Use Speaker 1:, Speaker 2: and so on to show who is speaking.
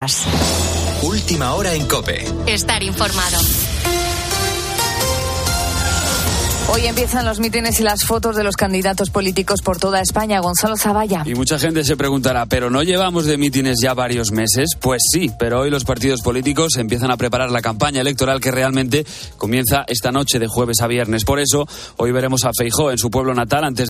Speaker 1: Noticias.
Speaker 2: Última hora en Cope.
Speaker 1: Estar informado.
Speaker 3: Hoy empiezan los mítines y las fotos de los candidatos políticos por toda España. Gonzalo Zavalla.
Speaker 4: Y mucha gente se preguntará, ¿pero no llevamos de mítines ya varios meses? Pues sí, pero hoy los partidos políticos empiezan a preparar la campaña electoral que realmente comienza esta noche de jueves a viernes. Por eso, hoy veremos a Feijó en su pueblo natal antes